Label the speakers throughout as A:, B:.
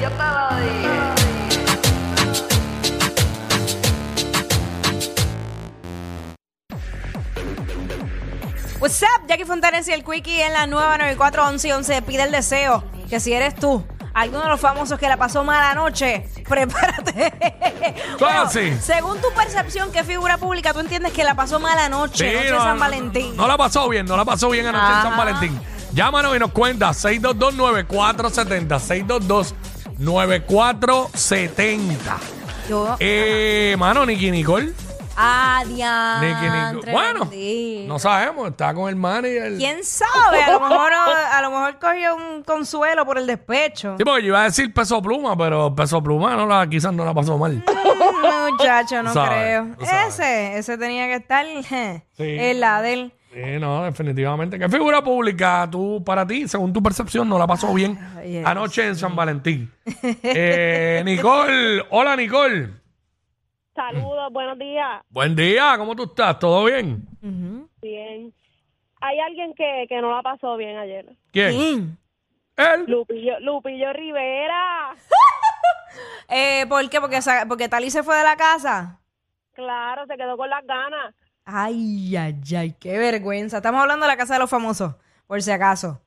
A: Yo te lo dije.
B: What's up, Jackie Fontanes y el Quickie en la nueva 941111. Pide el deseo que si eres tú, alguno de los famosos que la pasó mala noche, prepárate.
C: Claro, sí.
B: Según tu percepción, ¿qué figura pública tú entiendes que la pasó mala noche,
C: Sí,
B: noche de
C: no,
B: San
C: no,
B: Valentín?
C: No la pasó bien, no la pasó bien anoche en San
B: Ajá.
C: Valentín. Llámanos y nos cuenta 622-9470. 622-9470.
B: Yo,
C: Eh, mano, Nicky Nicole.
B: ah,
C: Nicky Nicole.
B: diantre,
C: Bueno,
B: bendito.
C: no sabemos, está con el manager.
B: ¿Quién sabe? A lo mejor, a lo mejor cogió un consuelo por el despecho.
C: Sí, porque yo iba a decir peso pluma, pero peso pluma no la, quizás no la pasó mal.
B: Mm, Muchacho, no
C: Tú sabes,
B: creo.
C: tú sabes.
B: Ese, ese tenía que estar je,
C: Sí.
B: en la del...
C: Sí, no, definitivamente. ¿Qué figura pública tú, para ti, según tu percepción, no la pasó bien
B: Ay, ay,
C: anoche en San Valentín? Eh, Nicole, hola Nicole.
D: Saludos, buenos días.
C: Buen día, ¿cómo tú estás? ¿Todo bien?
D: Bien. Hay alguien que, que no la pasó bien ayer.
C: ¿Quién? Él.
D: Lupillo, Lupillo Rivera.
B: Eh, ¿Por qué? Porque, sa- porque Talí se fue de la casa.
D: Claro, se quedó con las ganas.
B: Ay, ay, ay, qué vergüenza. Estamos hablando de la casa de los famosos, por si acaso.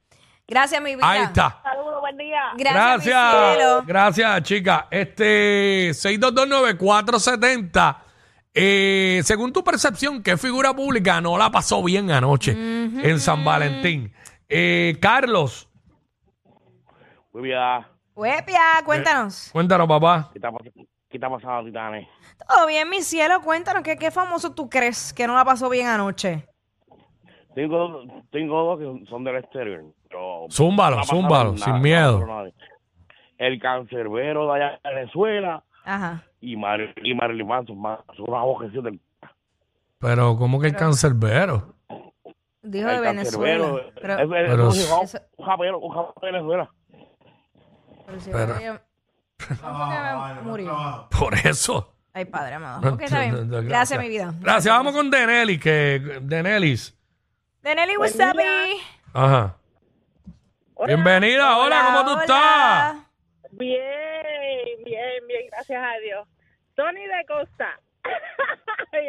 B: Gracias, mi vida.
C: Ahí está.
D: Saludos, buen día.
B: Gracias, mi cielo.
C: Gracias, chica. Este 6229470. Eh, según tu percepción, ¿qué figura pública no la pasó bien anoche en San Valentín? Eh, Carlos,
E: Muy bien.
B: Huepia,
C: Eh.
B: cuéntanos.
C: cuéntanos, papá.
E: ¿Qué está, pas- qué está pasando, Titanes?
B: Todo bien, mi cielo, cuéntanos. ¿qué, ¿Qué famoso tú crees que no la pasó bien anoche?
E: Tengo, dos- tengo dos que son del exterior. pero no
C: Zúmbalo,
E: ha pasado
C: zúmbalo,
E: nada,
C: sin
E: no ha
C: miedo.
E: pasado nada. El cancerbero de allá de Venezuela
B: Ajá.
E: y, Mar y Marilyn Manson. más una objeción del
C: Pero, ¿cómo que el cancerbero?
B: Dijo
E: el
B: de
E: cancerbero.
B: Venezuela. Pero,
E: es- es
C: Pero-
E: un hip hop,
B: Eso-
E: un rapero, un rapero de Venezuela.
B: pero si
C: pero-
B: yo- ¿Cómo fue que me murió?
C: Por eso.
B: Ay, padre amado.
C: No
B: Ok, está bien.
C: entiendo,
B: Gracias, mi vida.
C: Gracias, vamos con Denelis, que Denelis.
B: De Nelly Wasabi.
C: Ajá. Bienvenida, hola, ¿cómo tú estás?
D: Bien, bien, bien, gracias a Dios. Tony de Costa.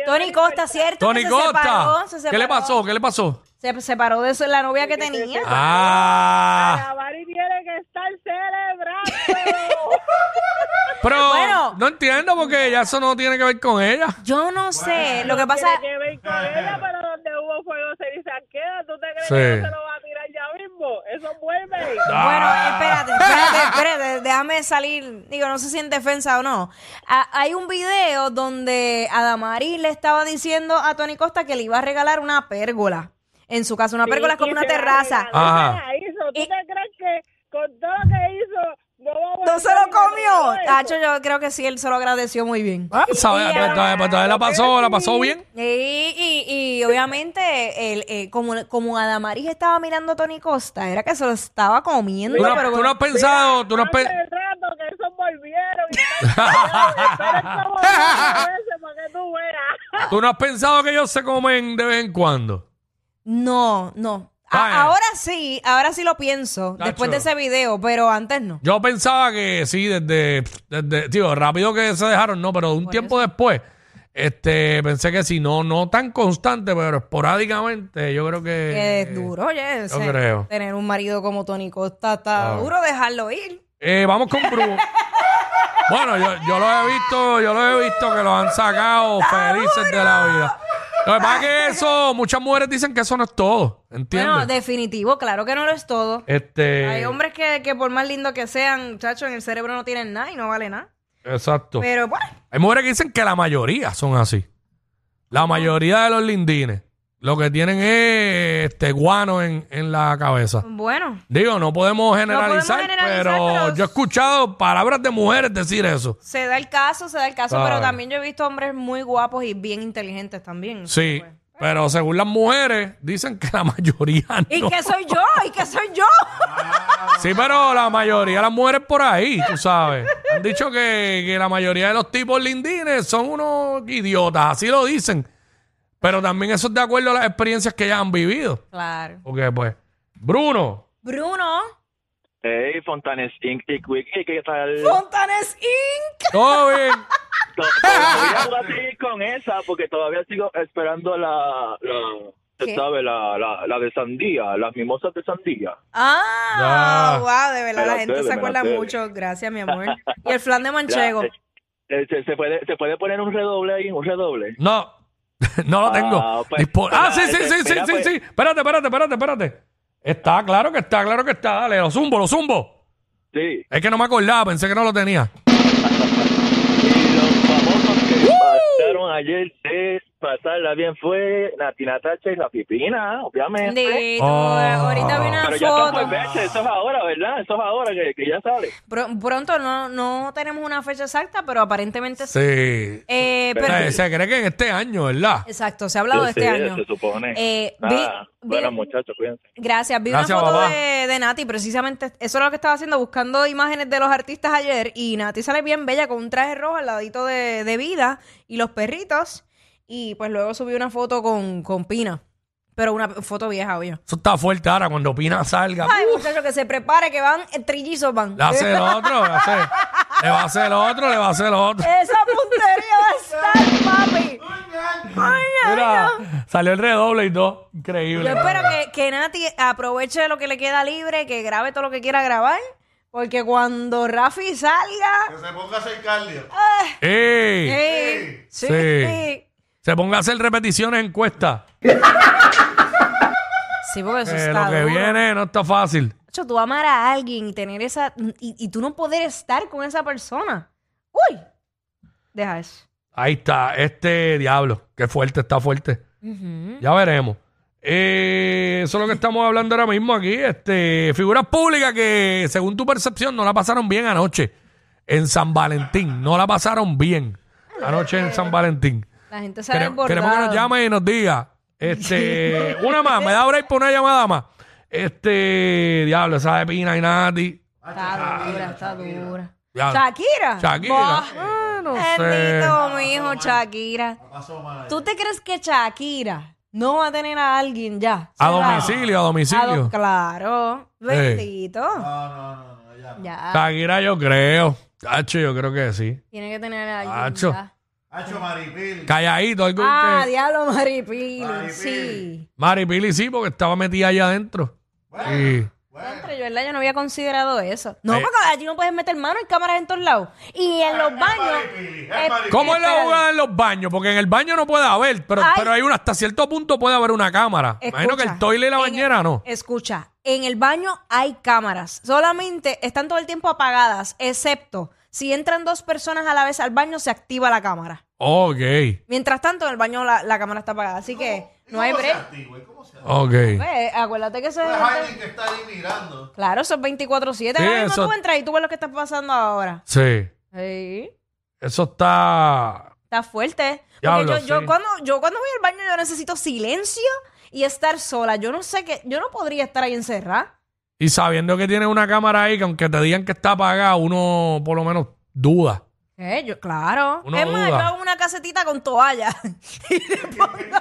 B: Tony Costa, ¿cierto?
C: Tony
B: que se
C: Costa.
B: separó, se
C: ¿Qué le
B: separó.
C: pasó? ¿Qué le pasó?
B: Se separó de su- la novia que tenía.
C: Ah,
D: Mari tiene que estar celebrando.
C: pero
B: Bueno.
C: no entiendo porque ya eso no tiene que ver con ella.
B: Yo no sé. Lo que pasa.
D: Tiene que ver
C: Eh.
D: con ella, pero donde hubo fuego se dice queda. ¿Tú te crees
C: Sí.
D: que no se lo va a tirar ya mismo? Eso vuelve.
B: Bueno,
C: Ah.
B: espérate, espérate, espérate. Déjame salir. Digo, no sé si en defensa o no. Ah, hay un video donde Adamaris le estaba diciendo a Tony Costa que le iba a regalar una pérgola. En su casa, una pérgola es como
D: Y
B: una
D: se la
B: terraza.
D: regaló,
C: Ajá.
D: se la hizo. ¿Tú
B: Y-
D: te crees que con todo lo que hizo no vamos a
B: No se
D: buscar
B: lo
D: ni recuerdo
B: comió.
D: eso?
B: Tacho, yo creo que sí, él se lo agradeció muy bien.
C: Ah, ¿sabes?
B: Y a-
C: Pues, todavía- pues, todavía la pasó, la pasó bien.
B: Y, y, y obviamente, el, eh, como, como Adamaris estaba mirando a Tony Costa, era que se lo estaba comiendo.
C: Tú no,
B: pero
C: tú no has pensado, tú no has
D: Hace
C: pensado.
D: rato que esos volvieron. y están- Pero es como dos veces para que tú veas.
C: Tú no has pensado que ellos se comen de vez en cuando.
B: No, no. A-
C: Vaya.
B: ahora sí, ahora sí lo pienso,
C: Tacho.
B: después de ese video, pero antes no.
C: Yo pensaba que sí, desde, desde tío, rápido que se dejaron, no, pero un tiempo después, este, pensé que si no, no tan constante, pero esporádicamente, yo creo que.
B: Que es duro, oye.
C: Eh, yo
B: ese-
C: creo.
B: Tener un marido como Tony Costa está
C: Ah.
B: duro dejarlo ir.
C: Eh, vamos con Bruno. bueno, yo, yo los he visto, yo los he visto que los han sacado felices de la vida. Lo que pasa es que eso, muchas mujeres dicen que eso no es todo. ¿Entiendes?
B: Bueno, definitivo, claro que no lo es todo.
C: este.
B: Hay hombres que, que por más lindos que sean, chacho, en el cerebro no tienen nada y no vale nada.
C: Exacto.
B: Pero pues, bueno,
C: Hay mujeres que dicen que la mayoría son así. La mayoría de los lindines lo que tienen es este guano en, en la cabeza.
B: bueno,
C: Digo, no podemos generalizar,
B: Mm. generalizar,
C: pero,
B: pero-
C: yo he escuchado palabras de mujeres decir eso.
B: se da el caso, se da el caso,
C: Sabe.
B: pero también yo he visto hombres muy guapos y bien inteligentes también. pues.
C: Sí, pero según las mujeres dicen que la mayoría
B: ¿Y
C: no.
B: que soy yo? ¿Y que soy yo?
C: Sí, pero la mayoría de las mujeres por ahí, tú sabes. Han dicho que, que la mayoría de los tipos lindines son unos idiotas, así lo dicen. Pero también eso es de acuerdo a las experiencias que ya han vivido.
B: claro.
C: Porque pues, Bruno,
B: Bruno
F: Hey, Fontanes Inc. y Quick, ¿y qué tal?
B: Fontanes Inc.
C: todo bien.
F: To- Todavía voy a seguir con esa porque todavía sigo esperando la, la
B: ¿Qué?
F: se sabe, la, la, la de sandía, las mimosas de sandía.
B: Ah,
C: Ya.
B: wow, de verdad
F: Me
B: la
F: la
B: gente
F: debe,
B: se
F: me la
B: acuerda
F: debe.
B: mucho. Gracias, mi amor. Y el flan de manchego.
F: Ya, eh, se, se puede, se puede poner un redoble ahí, un redoble.
C: No, no lo
F: Ah,
C: tengo.
F: pues,
C: Dispo- ah, sí, sí,
F: espera,
C: sí, sí,
F: espera,
C: sí,
F: pues.
C: sí. Espérate, espérate, espérate, espérate. Está claro que está, claro que está. Dale, lo zumbo, lo zumbo.
F: Sí.
C: Es que no me acordaba, pensé que no lo tenía.
F: Y los famosos que pasaron ayer de pasarla bien fue Nati Natacha y la Pipina, obviamente.
B: Dito,
C: Oh.
B: ahorita vi una
F: Pero ya está por
B: foto.
F: verse, eso es ahora, ¿verdad? Eso es ahora que, que ya sale.
B: Pro- pronto no, no tenemos una fecha exacta, pero aparentemente sí.
C: Sí.
B: Eh,
F: Pero-
B: pero-
C: Eh, se cree que en este año, ¿verdad?
B: exacto, se ha hablado de
F: Sí,
B: este año.
F: Se supone.
B: Eh, vi-
F: Nada,
B: vi-
F: bueno, muchachos, cuídense.
B: Gracias, vi
C: Gracias,
B: una foto
C: papá.
B: de, de Nati, precisamente eso era lo que estaba haciendo, buscando imágenes de los artistas ayer y Nati sale bien bella con un traje rojo al ladito de, de vida y los perritos y pues luego subí una foto con, con Pina, pero una foto vieja, obvio.
C: Eso está fuerte ahora cuando Pina salga.
B: Ay, muchachos, que se prepare, que van, eh, trillizos van.
C: Le hace el otro, le, hace, le va a hacer el otro, le va a hacer el otro.
B: Esa puntería va a estar, papi. Ay, ay,
C: Mira,
B: ay.
C: salió el redoble y todo. Increíble.
B: Yo espero que, que Nati aproveche lo que le queda libre, que grabe todo lo que quiera grabar, porque cuando Rafi salga...
G: Que se ponga a hacer cardio.
C: ¡Ey!
B: Eh. ¡Ey!
C: Sí.
B: Sí.
C: Sí. Se ponga a hacer repeticiones encuestas.
B: Sí, porque eso
C: Eh,
B: está
C: lo que
B: duro.
C: viene no está fácil.
B: Chacho, tú amar a alguien y tener esa... Y, y tú no poder estar con esa persona. ¡Uy! Deja eso.
C: Ahí está, este diablo. Qué fuerte, está fuerte. Ya veremos. Eh, eso es lo que estamos hablando ahora mismo aquí. Este, figuras públicas que, según tu percepción, no la pasaron bien anoche en San Valentín. No la pasaron bien anoche en San Valentín.
B: La gente sale
C: Quere-
B: desbordada.
C: queremos que nos llame y nos diga. Este, una más, me da break por una llamada más. Este, diablo, esa de Pina y Nati.
B: Está dura, está dura.
C: Diablo.
B: ¿Shakira?
C: Shakira.
B: Bah.
C: Eh, no
B: Bendito, mijo, Shakira.
G: Pasó mal.
B: ¿Tú te crees que Shakira no va a tener a alguien ya?
C: A
B: Cerrado.
C: domicilio, a
B: A do-
C: domicilio.
B: claro. Bendito.
G: No, no, no, no,
B: Ya.
G: ya.
C: Shakira yo creo. Tacho, yo creo que sí.
B: Tiene que tener a alguien
C: Acho.
B: ya.
G: Hacho Maripil.
C: Calladito, algo
B: Ah,
C: que-
B: diablo, Maripili.
G: Maripili.
B: Sí.
C: Mari Pili sí, porque estaba metida allá adentro. Y-
B: Entre yo, en la- yo no había considerado eso. No,
C: Eh.
B: porque allí no puedes meter mano en cámaras en todos lados. Y en los baños.
G: Maripili, es
B: eh,
G: Maripili.
C: ¿Cómo es la
B: espérate.
C: jugada en los baños? Porque en el baño no puede haber, pero,
B: Ay.
C: pero hay una, hasta cierto punto puede haber una cámara. Imagino que
B: Escucha,
C: el toile y la
B: en-
C: bañera no.
B: Escucha, en el baño hay cámaras. Solamente están todo el tiempo apagadas, excepto si entran dos personas a la vez al baño, se activa la cámara.
C: Ok,
B: Mientras tanto, en el baño la, la cámara está apagada. Así que no hay
G: ¿Cómo se
B: break.
G: activa? ¿Y ¿Cómo se activa?
C: ok.
B: Pues, acuérdate que eso es.
G: Es alguien que está ahí mirando.
B: Claro, eso es 24-7.
C: Sí,
B: ahora mismo
C: eso-
B: tú entras y tú ves lo que está pasando ahora.
C: Sí,
B: Sí.
C: eso está...
B: Está fuerte. Porque
C: Diablo,
B: yo, yo
C: sí.
B: cuando, yo cuando voy al baño, yo necesito silencio y estar sola. Yo no sé qué. Yo no podría estar ahí encerrada.
C: Y sabiendo que tiene una cámara ahí, que aunque te digan que está apagada, uno por lo menos duda.
B: Eh, yo- claro.
C: Uno
B: es más,
C: duda.
B: yo hago una casetita con toalla. y le pongo